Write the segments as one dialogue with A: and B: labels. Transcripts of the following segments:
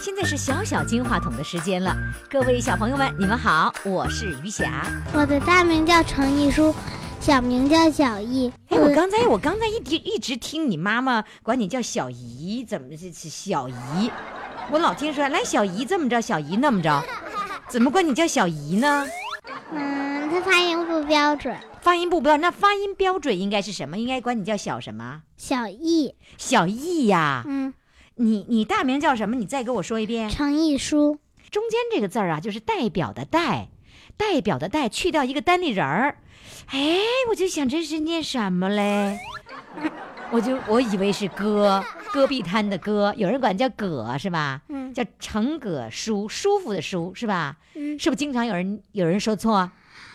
A: 现在是小小金话筒的时间了，各位小朋友们，你们好，我是于霞。
B: 我的大名叫程一书，小名叫小易。
A: 哎，我刚才我刚才一直一直听你妈妈管你叫小姨，怎么是是小姨？我老听说来小姨这么着，小姨那么着，怎么管你叫小姨呢？
B: 嗯，他发音不标准。
A: 发音不标，那发音标准应该是什么？应该管你叫小什么？
B: 小易，
A: 小易呀、
B: 嗯，
A: 你你大名叫什么？你再给我说一遍。
B: 程一书，
A: 中间这个字儿啊，就是代表的代，代表的代去掉一个单立人儿。哎，我就想这是念什么嘞？我就我以为是戈，戈壁滩的戈，有人管叫葛是吧？
B: 嗯
A: 叫程葛舒，舒服的舒是吧？
B: 嗯，
A: 是不是经常有人有人说错？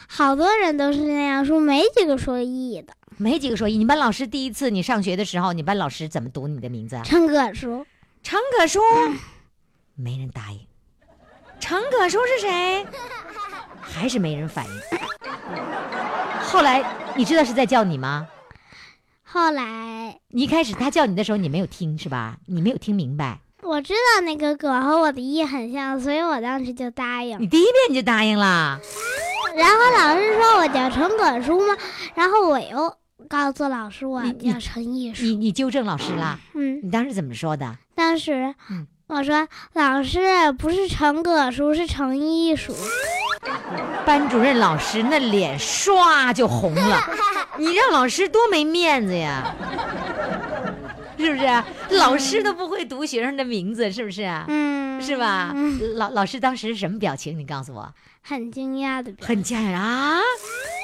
B: 好多人都是那样说，没几个说易的。
A: 没几个说一。你班老师第一次你上学的时候，你班老师怎么读你的名字啊？
B: 程葛书，
A: 常可叔， 没人答应。常可叔是谁？还是没人反应。后来你知道是在叫你吗？
B: 后来
A: 你一开始他叫你的时候，你没有听是吧？你没有听明白，
B: 我知道那个葛和我的易很像，所以我当时就答应。
A: 你第一遍你就答应了。
B: 然后老师说我叫程葛书吗？然后我又告诉老师我
A: 你你
B: 叫程一书。
A: 你你纠正老师了，
B: 嗯，
A: 你当时怎么说的？
B: 当时
A: 嗯
B: 我说老师不是程葛书，是程一书。
A: 班主任老师那脸唰就红了，你让老师多没面子呀，是不是？老师都不会读学生的名字，是不是？
B: 嗯，
A: 是吧
B: 嗯，？
A: 老老师当时是什么表情？你告诉我，
B: 很惊讶的表情。
A: 很惊讶啊，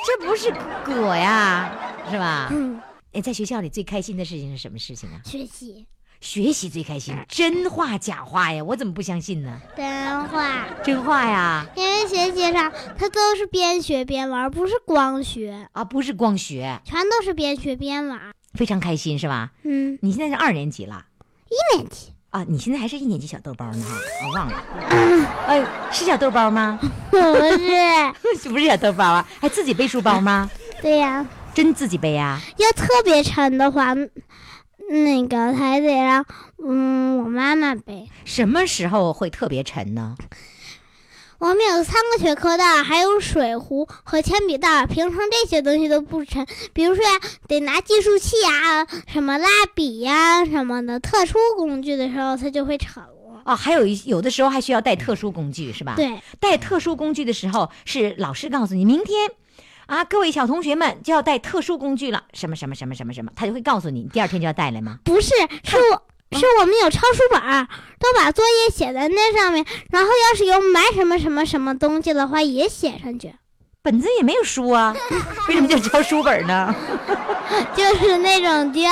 A: 这不是葛呀，是吧？
B: 嗯，
A: 哎，在学校里最开心的事情是什么事情啊？
B: 学习
A: 学习最开心，真话假话呀？我怎么不相信呢？
B: 真话，
A: 真话呀，
B: 因为学习上它都是边学边玩，不是光学，
A: 啊，不是光学，
B: 全都是边学边玩。
A: 非常开心是吧？
B: 嗯，
A: 你现在是二年级了。
B: 一年级
A: 啊，你现在还是一年级小豆包呢哈，我、忘了。哎，是小豆包吗？
B: 不是？
A: 是不是小豆包啊？还自己背书包吗？
B: 对呀、
A: 真自己背啊呀、
B: 要特别沉的话，嗯那个还得让嗯我妈妈背。
A: 什么时候会特别沉呢？
B: 我们有三个雪壳袋，还有水壶和铅笔袋。平常这些东西都不沉，比如说呀，得拿计数器呀、什么蜡笔呀、什么的特殊工具的时候，它就会沉了。
A: 哦，还有一有的时候还需要带特殊工具是吧？，
B: 嗯对，
A: 带特殊工具的时候是老师告诉你，明天啊，各位小同学们就要带特殊工具了，什么什么什么什么什么，他就会告诉你，第二天就要带来吗？
B: 不是，是我。是我们有抄书本儿，都把作业写在那上面，然后要是有买什么什么什么东西的话，也写上去，
A: 本子也没有书啊， 为什么叫抄书本呢？
B: 就是那种叫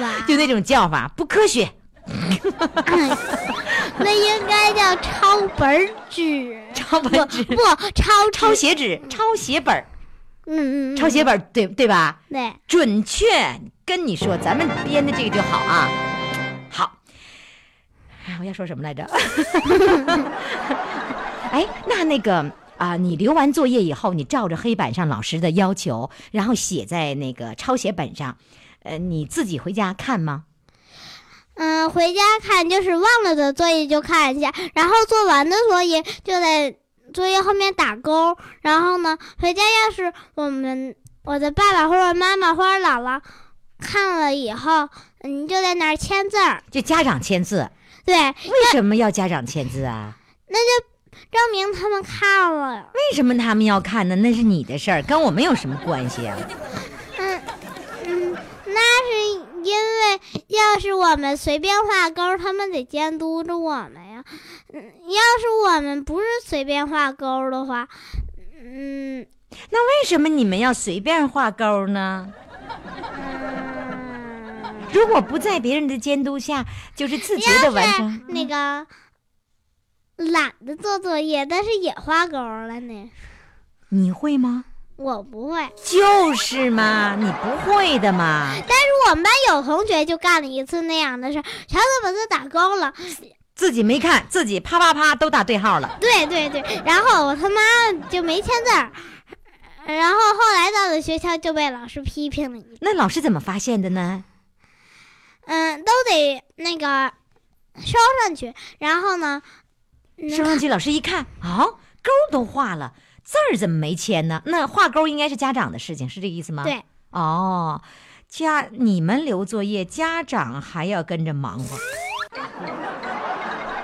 B: 法，
A: 就那种叫法不科学。
B: 那应该叫抄本儿纸，
A: 抄本纸
B: 不不抄
A: 抄
B: 纸
A: 写纸、抄写本儿、
B: 嗯嗯，嗯
A: 抄写本儿，对对吧？
B: 对。
A: 准确，跟你说，咱们编的这个就好啊。好，哎，我要说什么来着？ 哎，那那个啊、你留完作业以后，你照着黑板上老师的要求，然后写在那个抄写本上，呃，你自己回家看吗？
B: 嗯，回家看就是忘了的作业就看一下，然后做完的作业就在作业后面打勾。然后呢，回家要是我们我的爸爸或者妈妈或者姥姥看了以后，你就在那儿签字儿，
A: 就家长签字，
B: 对，
A: 为什么要家长签字啊？
B: 证明他们看了。
A: 为什么他们要看呢？那是你的事儿，跟我们有什么关系啊？
B: 嗯，那是因为要是我们随便画勾，他们得监督着我们呀。嗯，要是我们不是随便画勾的话，嗯。
A: 为什么你们要随便画勾呢？
B: 嗯，
A: 如果不在别人的监督下，就是自觉的完嗯成。
B: 那个懒得做作业，但是也画勾了呢。
A: 你会吗？
B: 我不会，
A: 就是嘛，你不会的嘛。
B: 但是我们班有同学就干了一次那样的事儿，全都把字打勾了。
A: 自己没看，自己啪啪啪都打对号了。
B: 对对对，然后我他妈就没签字儿，然后后来到了学校就被老师批评了一顿。
A: 那老师怎么发现的呢？
B: 嗯，都得那个收上去，然后呢，嗯
A: 升上去，老师一看，啊、勾儿都画了，字儿怎么没签呢？那画勾儿应该是家长的事情，是这意思吗？。
B: 对，
A: 哦，家你们留作业，家长还要跟着忙活，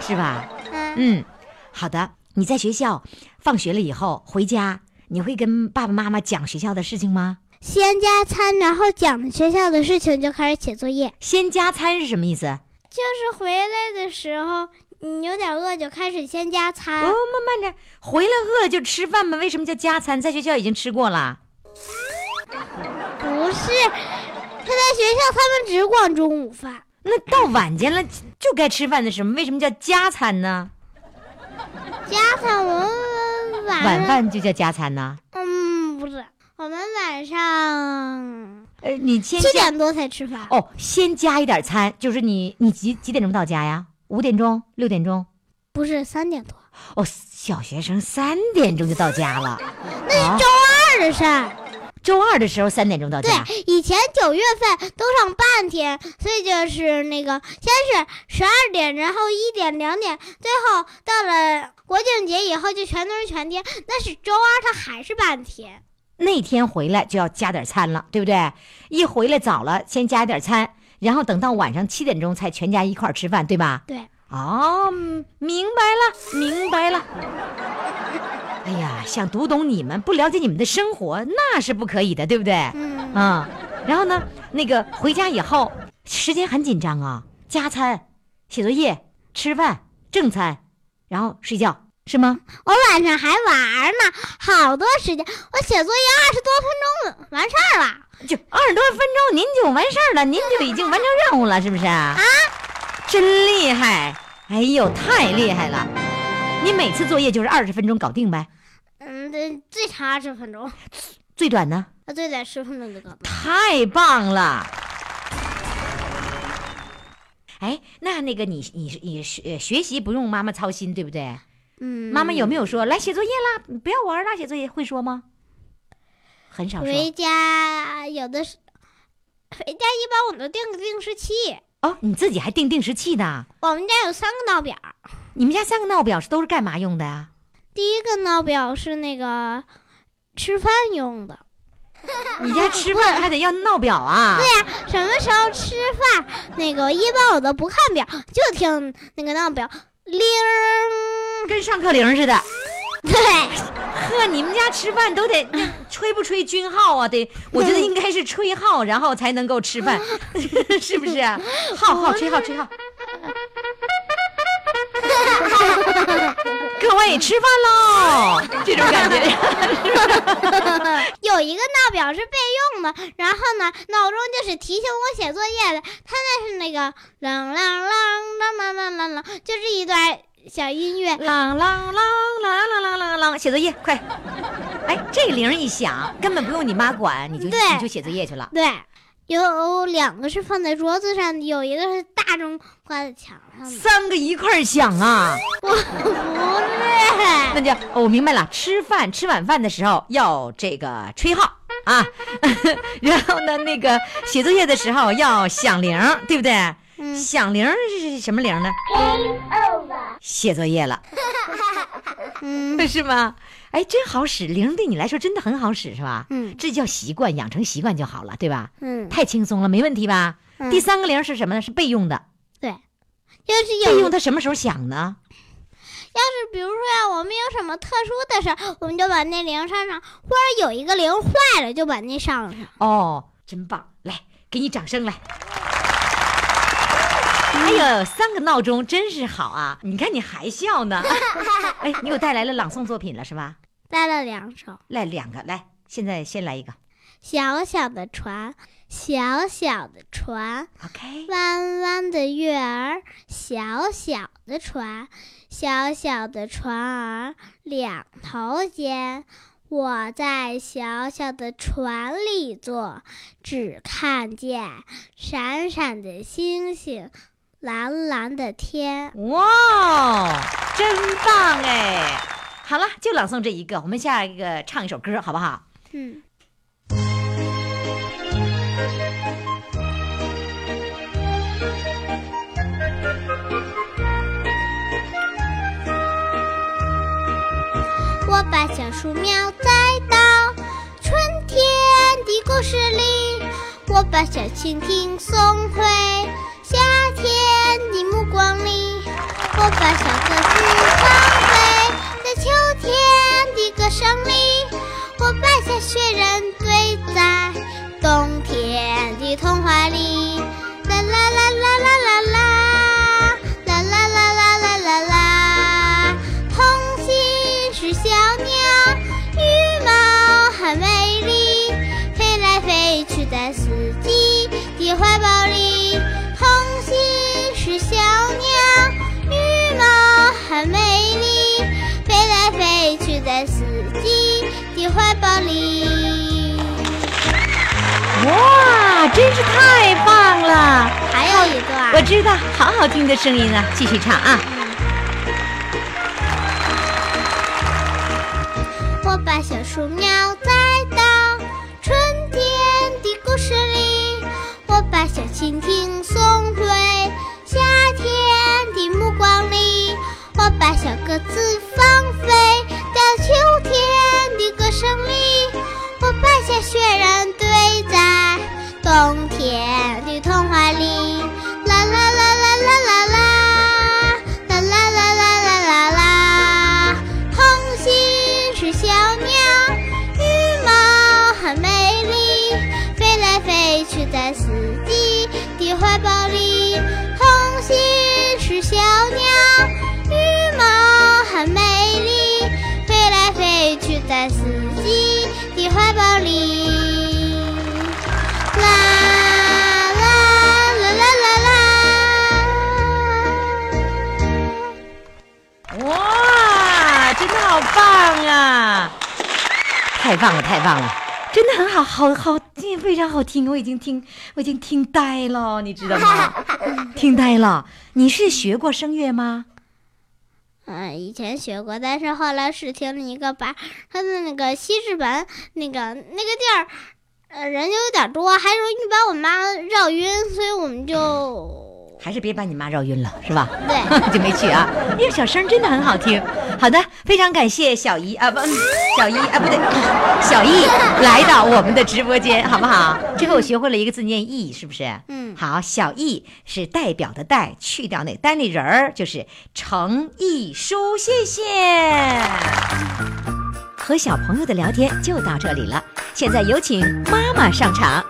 A: 是吧？
B: 嗯，
A: 嗯，好的。你在学校放学了以后回家，你会跟爸爸妈妈讲学校的事情吗？
B: 先加餐，然后讲学校的事情，就开始写作业。
A: 先加餐是什么意思？
B: 就是回来的时候，你有点饿，就开始先加餐。
A: 哦，慢慢点，回来饿了就吃饭吧。为什么叫加餐？在学校已经吃过了。
B: 不是，他在学校他们只管中午饭，
A: 那到晚间了就该吃饭的时候，为什么叫加餐呢？
B: 加上我们晚
A: 晚
B: 上
A: 饭就叫加餐呢？
B: 嗯，不是，我们晚上
A: 呃，你先
B: 七
A: 加
B: 点多才吃饭，
A: 哦，先加一点餐，就是你你几几点钟到家呀？五点钟、六点钟？
B: 不是三点多，
A: 哦，小学生三点钟就到家了。啊，
B: 二的事儿。
A: 周二的时候三点钟到
B: 对
A: 家。，
B: 以前九月份都上半天，所以就是那个先是十二点，然后一点、两点，最后到了国庆节以后就全都是全天，但是周二它还是半天。
A: 那天回来就要加点餐了，对不对？一回来早了，先加一点餐，然后等到晚上七点钟才全家一块儿吃饭，对吧？
B: 对，
A: 哦，嗯明白了，明白了。 哎呀，想读懂你们，不了解你们的生活，那是不可以的，对不对？
B: 嗯，
A: 啊、然后呢，那个回家以后时间很紧张啊，加餐、写作业、吃饭、正餐，然后睡觉，是吗？
B: 我晚上还玩呢，好多时间，我写作业二十多分钟完事儿了。
A: 就二十多分钟，您就完事儿了，您就已经完成任务了，是不是啊？真厉害！哎呦，太厉害了！你每次作业就是二十分钟搞定呗，
B: 嗯，对，最长二十分钟，
A: 最短呢？
B: 啊，最短十分钟就搞定。
A: 太棒了！哎，那那个你你你学呃学习不用妈妈操心，对不对？
B: 嗯，
A: 妈妈有没有说来写作业啦？不要玩啦，写作业会说吗？很少
B: 回
A: 说。
B: 家有的是，回家一般我都定个定时器。
A: 哦，你自己还定定时器呢？
B: 我们家有三个闹表，
A: 你们家三个闹表是都是干嘛用的啊呀、
B: 第一个闹表是那个吃饭用的，
A: 你家吃饭还得要闹表啊？对呀、
B: 什么时候吃饭，那个一般我都不看表，就听那个闹表铃儿。
A: 跟上课铃似的。
B: 对，
A: 呵，你们家吃饭都得那吹不吹军号啊？得，我觉得应该是吹号，然后才能够吃饭， 是不是啊？号号吹号吹号。 各位吃饭喽，这种感觉。
B: 有一个闹表是备用的，然后呢，闹钟就是提醒我写作业的，它那是那个啷啷啷啷啷啷啷啷，就是一段小音乐。
A: 啷啷啷啷啷啷啷啷，写作业快！哎，这铃一响，根本不用你妈管，你就
B: 对
A: 你就写作业去了。
B: 对，有两个是放在桌子上的，有一个是大钟挂在墙 上的。
A: 三个一块儿响啊！
B: 不是，
A: 那就哦我、明白了，吃饭吃晚饭的时候要这个吹号啊， 然后呢，那个写作业的时候要响铃儿，对不对？
B: 嗯，
A: 响铃儿是什么铃儿呢？写作业了，
B: 嗯
A: 是吗？哎，真好使，铃儿对你来说真的很好使，是吧？
B: 嗯
A: 这叫习惯，养成习惯就好了，对吧？
B: 嗯，
A: 太轻松了，没问题吧？
B: 嗯
A: 第三个铃儿是什么呢？是备用的，
B: 就是
A: 备
B: 有，
A: 用
B: 要
A: 它什么时候响呢？
B: 是比如说呀，我们有什么特殊的事儿，我们就把那铃上上，或者有一个铃坏了，就把那上上。
A: 哦，真棒！来，给你掌声来。哎呦，三个闹钟真是好啊！你看你还笑呢。哎，你给我带来了朗诵作品了是吧？
B: 带了两首。
A: 来两个，来，现在先来一个。
B: 小小的船，小小的船，
A: OK，
B: 弯弯的月儿，小小的船，小小的船儿两头尖。我在小小的船里坐，只看见闪闪的星星，蓝蓝的天。
A: 哇，真棒哎！好了，就朗诵这一个，我们下一个唱一首歌好不好？
B: 嗯，
C: 小
B: 树苗栽到春天的故事里，我把小蜻蜓送回夏天的目光里，我把小鸽子放回在秋天的歌声里，我把小雪人堆在冬天的童话里，啦啦啦啦啦啦啦，啦啦啦啦啦啦啦。童心是小鸟，羽毛很美丽，飞来飞去在四季的怀抱里。童心是小鸟，羽毛很美丽，飞来飞去在四季的怀抱里。
A: 哇，真是太棒了！
B: 还有一段
A: 我。知道，好好听的声音啊，继续唱啊！
B: 我把小树苗栽到春天的故事里，我把小蜻蜓送回夏天的目光里，我把小鸽子放飞到秋天的歌声里，我把小雪人堆在冬天的童话里，啦啦啦啦啦啦啦，啦啦啦啦啦啦啦。童心是小鸟，羽毛很美丽，飞来飞去在四季的怀抱里。童心是小鸟，羽毛很美丽，飞来飞去在四季的怀抱里。啦啦啦啦啦啦。
A: 哇，真的好棒啊！太棒了，太棒了，真的很好，好好，听，非常好听，我已经听，我已经听呆了，你知道 吗？听呆了。你是学过声乐吗？
B: 嗯，以前学过，但是后来是听了一个班，他的那个西直门那个那个地儿，呃，人就有点多，还容易把我妈绕晕，所以我们就
A: 还是别把你妈绕晕了，是吧？
B: 对
A: 就没去啊。那个小声真的很好听。好的，非常感谢小姨啊，不，嗯小姨啊，不对，小易来到我们的直播间，好不好？这个我学会了一个字念易，是不是？
B: 嗯
A: 好，小易是代表的代，去掉那单立人儿，就是诚意书，谢谢。和小朋友的聊天就到这里了，现在有请妈妈上场。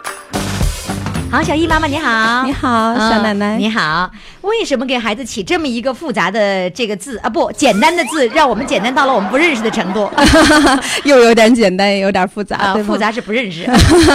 A: 好，小易妈妈你好，
C: 你好，
A: 嗯
C: 小奶奶。
A: 你好。为什么给孩子起这么一个复杂的这个字啊？不，简单的字，让我们简单到了我们不认识的程 度
C: 又有点简单，也有点复杂，
A: 啊！
C: 对吧
A: 复，杂是不认识。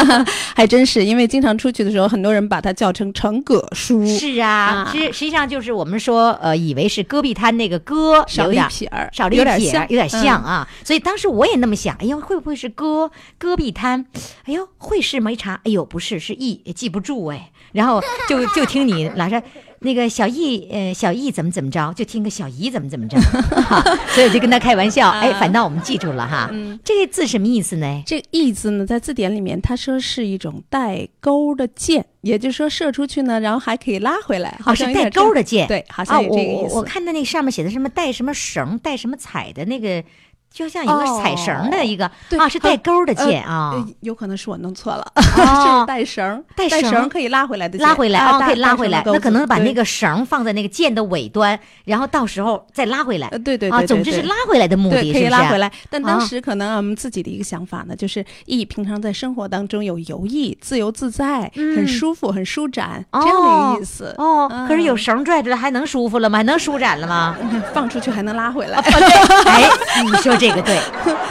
C: 还真是。因为经常出去的时候，很多人把它叫成成葛书，
A: 是啊
C: 啊，
A: 实实际上就是我们说，呃，以为是戈壁滩那个戈，
C: 少
A: 有
C: 了一
A: 点
C: 撇儿，
A: 少了一
C: 有点
A: 撇
C: 像，
A: 有点
C: 嗯
A: 像啊。所以当时我也那么想，哎呦，会不会是戈戈壁滩？哎呦，会是没查，哎呦，不是，是易，也记不住哎。然后就就听 你老说那个小易，呃，小易怎么怎么着，就听个小姨怎么怎么着，哈所以我就跟他开玩笑，
C: 嗯
A: 哎，反倒我们记住了哈。这个字什么意思呢？
C: 这个“意”字呢，在字典里面，它说是一种带钩的箭，也就是说射出去呢，然后还可以拉回来，好
A: 哦，是
C: 像有
A: 带
C: 点这
A: 钩的箭。
C: 对，好
A: 啊，
C: 像有
A: 我
C: 这个
A: 我
C: 意
A: 我
C: 思。
A: 看到那上面写的什么带什么绳带什么彩的那个，就像一个彩绳的一个、
C: 哦对
A: 啊，是带钩的
C: 呃
A: 箭啊。
C: 呃有可能是我弄错了，
A: 哦
C: 是带绳，
A: 带绳
C: 绳绳可以拉回来的箭，
A: 拉回来
C: 啊
A: 哦，可以拉回来。那可能把那，
C: 带带绳的钩子
A: 个绳放在那个箭的尾端，然后到时候再拉回来
C: 对呃对对对
A: 啊。
C: 对
A: 总之
C: 对
A: 是拉回来的目的，
C: 对，可
A: 是
C: 以
A: 不
C: 拉回
A: 是？
C: 来。但当
A: 啊
C: 时可能我们自己的一个想法呢，就是意平常在生活当中有游弋、自由自在、
A: 嗯
C: 很舒服、很舒展这样的一个意思。
A: 哦，
C: 嗯
A: 可是有绳拽着了，还能舒服了吗？还能舒展了吗？
C: 你看放出去还能拉回来，
A: 哎，你说这个对，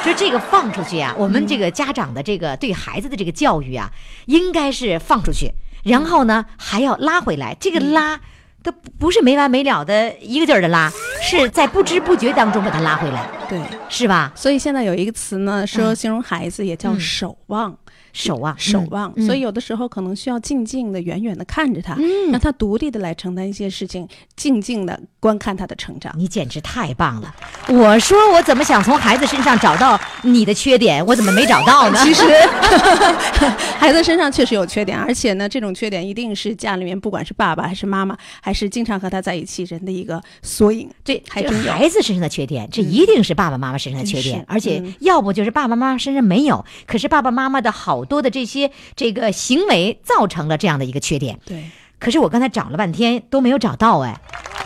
A: 就这个放出去啊，我们这个家长的这个对孩子的这个教育啊，应该是放出去，然后呢还要拉回来。这个
C: 嗯
A: 拉，它不不是没完没了的一个劲儿的拉，是在不知不觉当中把它拉回来，
C: 对。
A: 是吧？
C: 所以现在有一个词呢，说
A: 嗯
C: 形容孩子也叫
A: 嗯
C: 守望。
A: 守望，
C: 守望，
A: 嗯
C: 所以有的时候可能需要静静的、远远的看着他，让
A: 嗯，
C: 他独立的来承担一些事情，静静的观看他的成长。
A: 你简直太棒了！我说我怎么想从孩子身上找到你的缺点，我怎么没找到呢？
C: 其实， 孩子身上确实有缺点，而且呢，这种缺点一定是家里面不管是爸爸还是妈妈，还是经常和他在一起人的一个缩影。
A: 这
C: 还
A: 这
C: 真有嗯
A: 孩子身上的缺点，这一定是爸爸妈妈身上的缺点，
C: 是
A: 而且
C: 嗯
A: 要不就是爸爸妈妈身上没有，可是爸爸妈妈的好多的这些这个行为造成了这样的一个缺点。
C: 对，
A: 可是我刚才找了半天都没有找到哎，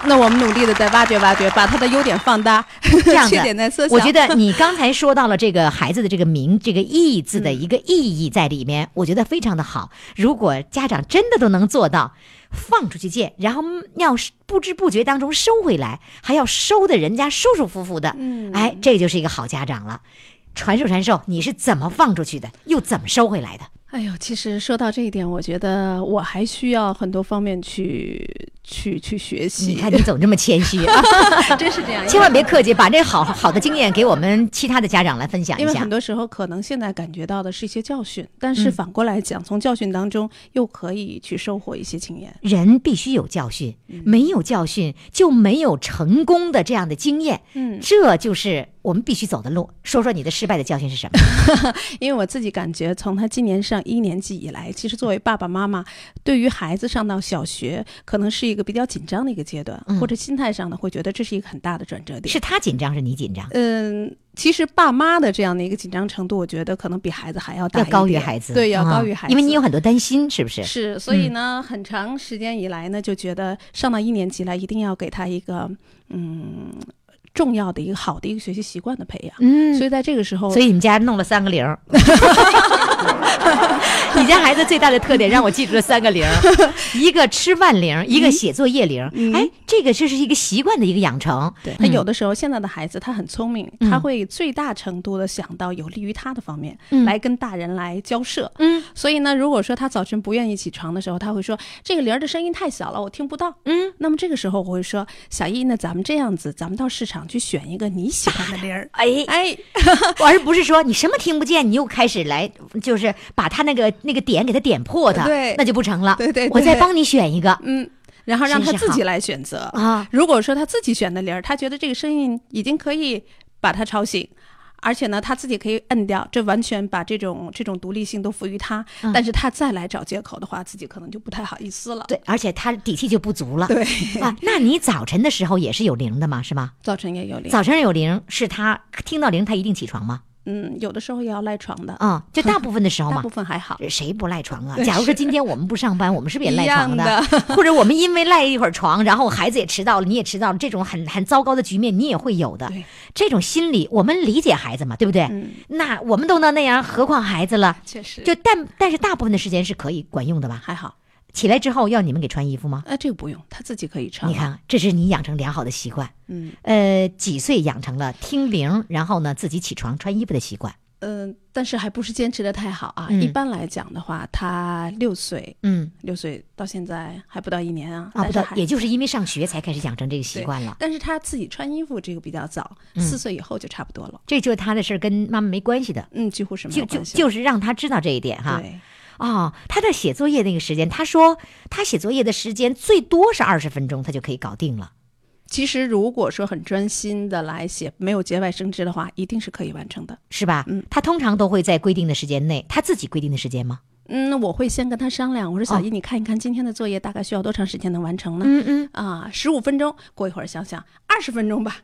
C: 那我们努力的再挖掘挖掘，把他的优点放大，
A: 这样的
C: 缺点再缩小。
A: 我觉得你刚才说到了这个孩子的这个名这个义字
C: 嗯
A: 的一个意义在里面，我觉得非常的好。如果家长真的都能做到，放出去见，然后要是不知不觉当中收回来，还要收的人家舒舒服服的，
C: 嗯
A: 哎，这就是一个好家长了。传授传授，你是怎么放出去的，又怎么收回来的？
C: 哎呦，其实说到这一点，我觉得我还需要很多方面去去去学习。
A: 你看你怎么这么谦虚啊！
C: 真是这 样，因为
A: 千万别客气，把这好好的经验给我们其他的家长来分享
C: 因
A: 一
C: 为
A: 下
C: 很。多时候可能现在感觉到的是一些教训，但是
A: 嗯
C: 反过来讲，从教训当中又可以去收获一些经验。
A: 人必须有教训，
C: 嗯
A: 没有教训就没有成功的这样的经验，
C: 嗯，
A: 这就是我们必须走的路。说说你的失败的教训是什么？
C: 因为我自己感觉，从他今年上一年级以来，其实作为爸爸妈妈，对于孩子上到小学，可能是一个比较紧张的一个阶段，
A: 嗯
C: 或者心态上呢，会觉得这是一个很大的转折点。
A: 是他紧张，是你紧张？
C: 嗯，其实爸妈的这样的一个紧张程度，我觉得可能比孩子还要大
A: 要
C: 一点，
A: 高于孩子，
C: 对，要
A: 啊
C: 高于孩子，
A: 因为你有很多担心，是不是？
C: 是，所以呢，很长时间以来呢，就觉得上到一年级来，一定要给他一个嗯重要的一个好的一个学习习惯的培养。
A: 嗯
C: 所以在这个时候，
A: 所以你们家弄了三个 零儿。你家孩子最大的特点让我记住了三个零儿， 一个吃饭零儿，一个写作业零儿。
C: 嗯
A: 哎，这个就是一个习惯的一个养成。
C: 对他
A: 嗯
C: 有的时候，现在的孩子他很聪明，
A: 嗯
C: 他会最大程度的想到有利于他的方面，
A: 嗯
C: 来跟大人来交涉。
A: 嗯
C: 所以呢，如果说他早晨不愿意起床的时候，他会说这个铃儿的声音太小了，我听不到。
A: 嗯，
C: 那么这个时候我会说，小易，那咱们这样子，咱们到市场去选一个你喜欢的铃儿。
A: 哎，
C: 哎，
A: 我 而不是说你什么听不见，你又开始来，就是把他那个那个点给他点破他，
C: 对
A: 那就不成了。
C: 对对对
A: 我再帮你选一个
C: 嗯，然后让
A: 真
C: 他
A: 是
C: 自
A: 好
C: 己来选择。
A: 啊，
C: 如果说他自己选的铃儿，他觉得这个声音已经可以把他吵醒，而且呢，他自己可以摁掉，这完全把这种这种独立性都赋予他。
A: 嗯
C: 但是他再来找借口的话，自己可能就不太好意思了。
A: 对，而且他底气就不足了。
C: 对，
A: 啊，那你早晨的时候也是有铃的吗？是吗？
C: 早晨也有铃，
A: 早晨有铃，是他听到铃他一定起床吗？
C: 嗯，有的时候也要赖床的，
A: 啊、就大部分的时候
C: 大
A: 嘛
C: 部。分还好。
A: 谁不赖床啊？
C: 对
A: 假如说今天我们不上班，我们是不是也赖
C: 一样
A: 床啊
C: 的？
A: 或者我们因为赖一会儿床，然后孩子也迟到了，你也迟到了，这种很很糟糕的局面你也会有的
C: 对。
A: 这种心理，我们理解孩子嘛，对不对？
C: 嗯，
A: 那我们都能那样，何况孩子了？
C: 确实
A: 就但但是大部分的时间是可以管用的吧？
C: 还好。
A: 起来之后要你们给穿衣服吗？
C: 啊，这个不用，他自己可以唱。
A: 你，看，这是你养成良好的习惯。
C: 嗯
A: 呃，几岁养成了听铃，然后呢自己起床穿衣服的习惯？
C: 嗯、但是还不是坚持的太好啊。
A: 嗯
C: 一般来讲的话，他六岁，
A: 嗯，
C: 六岁到现在还不到一年啊，
A: 啊，不知
C: 但是
A: 道，
C: 还
A: 也就是因为上学才开始养成这个习惯了。
C: 但是他自己穿衣服这个比较早，
A: 嗯
C: 四、岁以后就差不多了。
A: 这就是他的事儿，跟妈妈没关系的。
C: 嗯，几乎是没
A: 就
C: 有
A: 就
C: 关系了。
A: 就是让他知道这一点哈。
C: 对，
A: 哦，他在写作业那个时间，他说他写作业的时间最多是二十分钟，他就可以搞定了。
C: 其实如果说很专心的来写，没有节外生枝的话，一定是可以完成的。
A: 是吧？
C: 嗯
A: 他通常都会在规定的时间内，他自己规定的时间吗？
C: 嗯，我会先跟他商量，我说
A: 哦
C: 小姨，你看一看今天的作业大概需要多长时间能完成呢？
A: 嗯嗯，嗯
C: 啊，十五分钟，过一会儿想想二十分钟吧，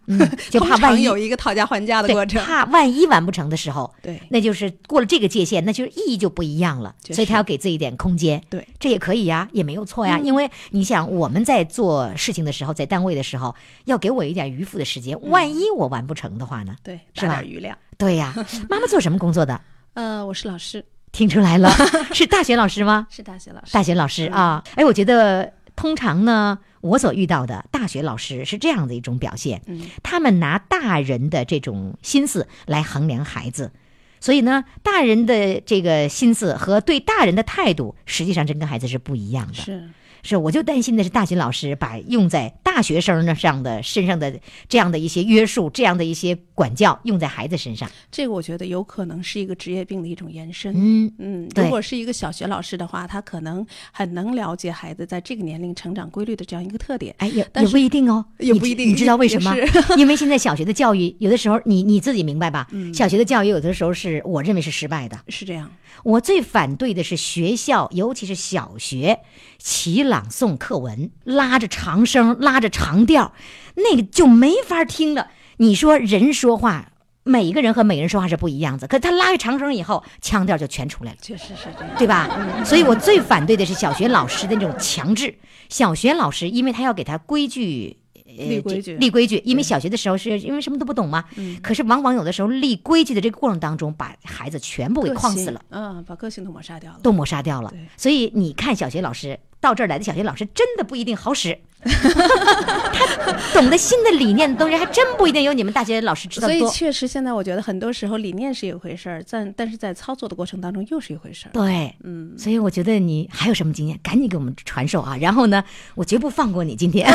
A: 就怕
C: 通常
A: 万一
C: 有一个讨价还价的过
A: 对，
C: 程。
A: 怕万一完不成的时候，
C: 对，
A: 那就是过了这个界限，那就是意义就不一样了。
C: 确实
A: 所以他要给自己一点空间。
C: 对，嗯
A: 这也可以呀、也没有错呀、因为你想，我们在做事情的时候，在单位的时候，要给我一点余富的时间，
C: 嗯
A: 万一我完不成的话呢？
C: 对，
A: 是
C: 大
A: 吧
C: 点余量。
A: 对 呀、妈妈做什么工作的？
C: 呃，我是老师，
A: 听出来了，是大学老师吗？
C: 是大学老师。
A: 大学老师啊，哎，我觉得通常呢，我所遇到的大学老师是这样的一种表现，
C: 嗯
A: 他们拿大人的这种心思来衡量孩子，所以呢，大人的这个心思和对大人的态度，实际上真跟孩子是不一样的。
C: 是，
A: 是，我就担心的是大学老师把用在大大学生呢上的身上的这样的一些约束，这样的一些管教用在孩子身上。
C: 这个我觉得有可能是一个职业病的一种延伸。
A: 嗯，
C: 嗯，
A: 对
C: 如果是一个小学老师的话，他可能很能了解孩子在这个年龄成长规律的这样一个特点。
A: 哎，也
C: 但
A: 也
C: 是
A: 不一定哦，
C: 也
A: 你
C: 不
A: 知
C: 一定
A: 你知道为什么
C: 也？
A: 因为现在小学的教育，有的时候你你自己明白吧？小学的教育有的时候是我认为是失败的。
C: 是这样，
A: 我最反对的是学校，尤其是小学，齐朗诵课文，拉着长声，拉着长调，那个就没法听了。你说人说话，每个人和每个人说话是不一样的，可他拉个长声以后，腔调就全出来了。
C: 确实是这样。
A: 对
C: 嗯
A: 吧？所以我最反对的是小学老师的那种强制。小学老师，因为他要给他规矩。呃
C: 立规矩
A: 这立规矩，因为
C: 对
A: 小学的时候是因为什么都不懂嘛。
C: 嗯
A: 可是往往有的时候立规矩的这个过程当中，把孩子全部给框死了，
C: 嗯，把个性都抹杀掉了。
A: 都抹杀掉了
C: 对。
A: 所以你看，小学老师到这儿来的小学老师真的不一定好 使，他懂得新的理念的东西还真不一定有你们大学老师知道
C: 所
A: 的
C: 以
A: 多。
C: 确实，现在我觉得很多时候理念是一回事儿，但但是在操作的过程当中又是一回事儿。
A: 对，
C: 嗯，
A: 所以我觉得你还有什么经验，赶紧给我们传授啊！然后呢，我绝不放过你今 天。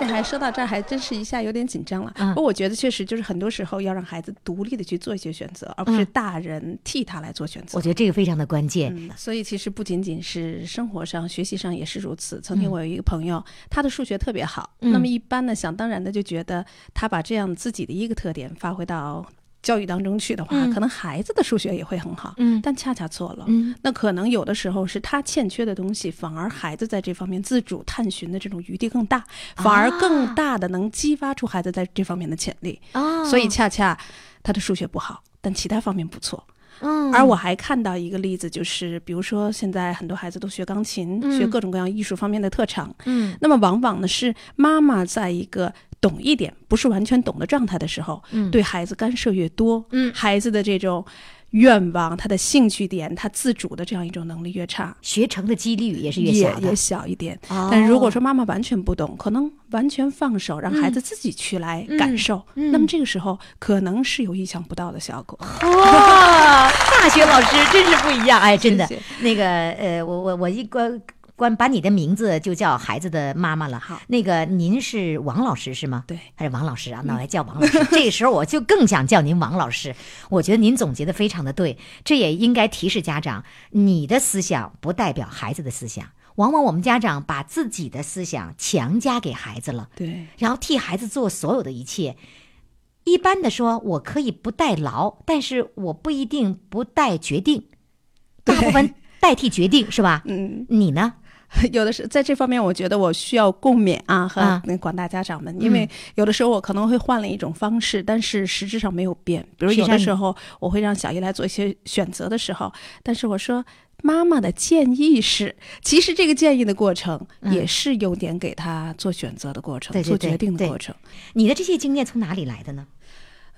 C: 这还说到这儿，还真是一下有点紧张了。
A: 嗯
C: 不过我觉得确实就是很多时候要让孩子独立的去做一些选择，而
A: 嗯
C: 不是大人替他来做选择
A: 我。觉得这个非常的关键。
C: 嗯，所以其实不仅仅是生活上、学习上也是如此。曾经我有一个朋友，他的数学特别好，
A: 嗯
C: 那么一般呢，想当然的就觉得他把这样自己的一个特点发挥到教育当中去的话，
A: 嗯
C: 可能孩子的数学也会很好。
A: 嗯
C: 但恰恰错了，
A: 嗯
C: 那可能有的时候是他欠缺的东西，反而孩子在这方面自主探寻的这种余地更大，反而更大的能激发出孩子在这方面的潜力。
A: 啊
C: 所以恰恰他的数学不好，但其他方面不错。
B: 嗯，
C: 而我还看到一个例子，就是比如说现在很多孩子都学钢琴，
B: 嗯
C: 学各种各样艺术方面的特长。
A: 嗯
C: 那么往往呢是妈妈在一个懂一点，不是完全懂的状态的时候，
A: 嗯
C: 对孩子干涉越多，
A: 嗯
C: 孩子的这种愿望、他的兴趣点、他自主的这样一种能力越差，
A: 学成的几率也是越
C: 也
A: 小的
C: 也。小一点。
A: 哦
C: 但如果说妈妈完全不懂，可能完全放手，让孩子自己去来感受，
A: 嗯嗯嗯
C: 那么这个时候可能是有意想不到的效果。
A: 哇，大学老师真是不一样，哎，真的。
C: 谢谢
A: 那个呃，我我我一关关把你的名字就叫孩子的妈妈了。
C: 好
A: 那个您是王老师是吗？
C: 对，嗯
A: 还是王老师啊？那我还叫王老师。这个时候我就更想叫您王老师。我觉得您总结的非常的对，这也应该提示家长，你的思想不代表孩子的思想。往往我们家长把自己的思想强加给孩子了，
C: 对。
A: 然后替孩子做所有的一切。一般的说，我可以不代劳，但是我不一定不代决定，大部分代替决定是 吧？
C: 嗯，
A: 你呢？
C: 有的是在这方面，我觉得我需要共勉啊，和
A: 啊嗯
C: 那广大家长们，因为有的时候我可能会换了一种方式，但是实质上没有变。比如
A: 实际
C: 有
A: 上
C: 的
A: 你
C: 时候我会让小姨来做一些选择的时候，但是我说。妈妈的建议是，其实这个建议的过程
A: 嗯
C: 也是有点给她做选择的过程，
A: 对对
C: 做
A: 对
C: 决定的
A: 对
C: 过程。
A: 你的这些经验从哪里来的呢？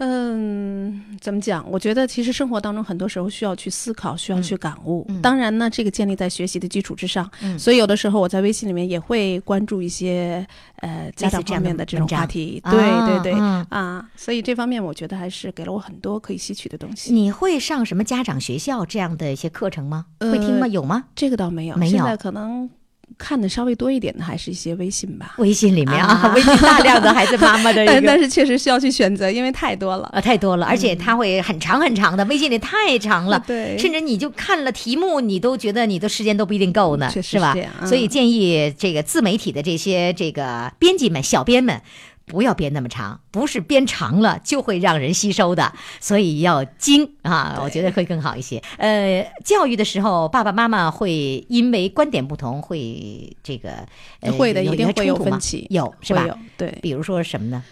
C: 嗯，怎么讲？我觉得其实生活当中很多时候需要去思考，需要去感悟。
A: 嗯
C: 当然呢，这个建立在学习的基础之上，
A: 嗯
C: 所以有的时候我在微信里面也会关注一些呃家长方面的这种话题。对对对、
A: 啊
C: 啊，所以这方面我觉得还是给了我很多可以吸取的东西。
A: 你会上什么家长学校这样的一些课程吗？会听吗？
C: 呃
A: 有吗？
C: 这个倒没有，
A: 没有
C: 现在可能看的稍微多一点的还是一些微信吧。
A: 微信里面啊，
C: 啊
A: 微信大量的孩子妈妈的 一
C: 但但
A: 个。
C: 是确实需要去选择，因为太多了。
A: 啊，太多了，而且它会很长很长的，微信里太长嗯了，
C: 对，
A: 甚至你就看了题目，你都觉得你的时间都不一定够呢，
C: 确实
A: 是吧
C: 是这样？嗯
A: 所以建议这个自媒体的这些这个编辑们、小编们。不要编那么长，不是编长了就会让人吸收的，所以要精啊，
C: 对
A: 我觉得会更好一些。呃，教育的时候，爸爸妈妈会因为观点不同，会这个、呃、
C: 会的
A: 有
C: 一定
A: 些
C: 会有
A: 冲突吗
C: 分歧
A: 有是
C: 会
A: 吧？
C: 有对，
A: 比如说什么呢？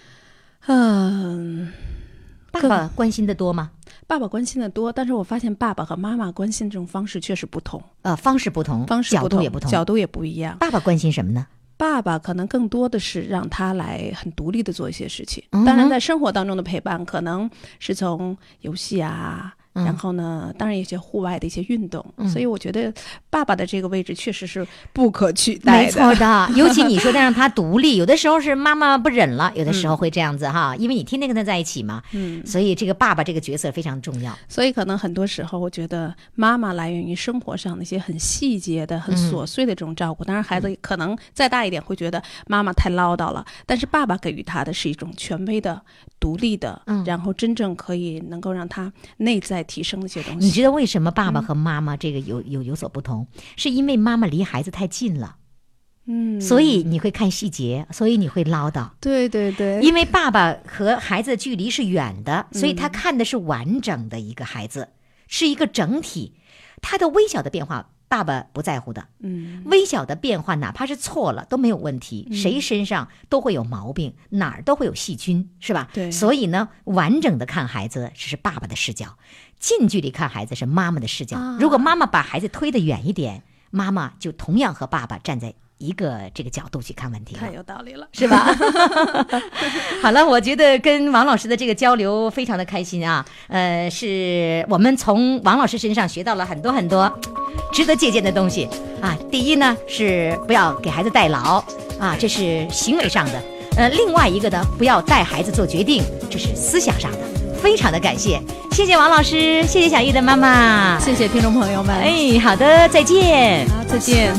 C: 嗯。
A: 爸
C: 更
A: 爸关心的多吗？
C: 爸爸关心的多，但是我发现爸爸和妈妈关心这种方式确实不同，
A: 呃，方式不同，
C: 方式
A: 角
C: 同，
A: 度也不同。
C: 角度也不一样。
A: 爸爸关心什么呢？
C: 爸爸可能更多的是让他来很独立的做一些事情，
A: 嗯哼
C: 当然在生活当中的陪伴，可能是从游戏啊、
A: 嗯
C: 然后呢，当然也有些户外的一些运动，
A: 嗯
C: 所以我觉得爸爸的这个位置确实是不可取代的。
A: 没错 的，尤其你说的让他独立，有的时候是妈妈不忍了，有的时候会这样子哈，因为你天天跟他在一起嘛，
C: 嗯，
A: 所以这个爸爸这个角色非常重要。
C: 所以可能很多时候，我觉得妈妈来源于生活上那些很细节的、很琐碎的这种照顾。当然，孩
A: 嗯
C: 子可能再大一点会觉得妈妈太唠叨了，但是爸爸给予他的是一种权威的、独立的，
A: 嗯
C: 然后真正可以能够让他内在提升的一些东
A: 你
C: 西。
A: 知道为什么爸爸和妈妈这个有有有所不同？是因为妈妈离孩子太近了，
C: 嗯，
A: 所以你会看细节，所以你会唠叨。
C: 对对对，嗯
A: 因为爸爸和孩子的距离是远的，所以他看的是完整的一个孩子，是一个整体。他的微小的变化，爸爸不在乎的。
C: 嗯
A: 微小的变化，哪怕是错了都没有问题，谁身上都会有毛病，哪儿都会有细菌，是吧？
C: 对
A: 所以呢，完整的看孩子是爸爸的视角，近距离看孩子是妈妈的视角。
C: 啊
A: 如果妈妈把孩子推得远一点，妈妈就同样和爸爸站在一个这个角度去看问题了
C: 太。有道理了。
A: 是吧？ 好了，我觉得跟王老师的这个交流非常的开心啊，呃，是我们从王老师身上学到了很多很多值得借鉴的东西啊。第一呢是不要给孩子代劳啊，这是行为上的；呃，另外一个呢，不要带孩子做决定，这是思想上的。非常的感谢，谢谢王老师，谢谢小玉的妈妈。哎
C: 谢谢听众朋友们，
A: 哎，好的，再见。
C: 好，再见。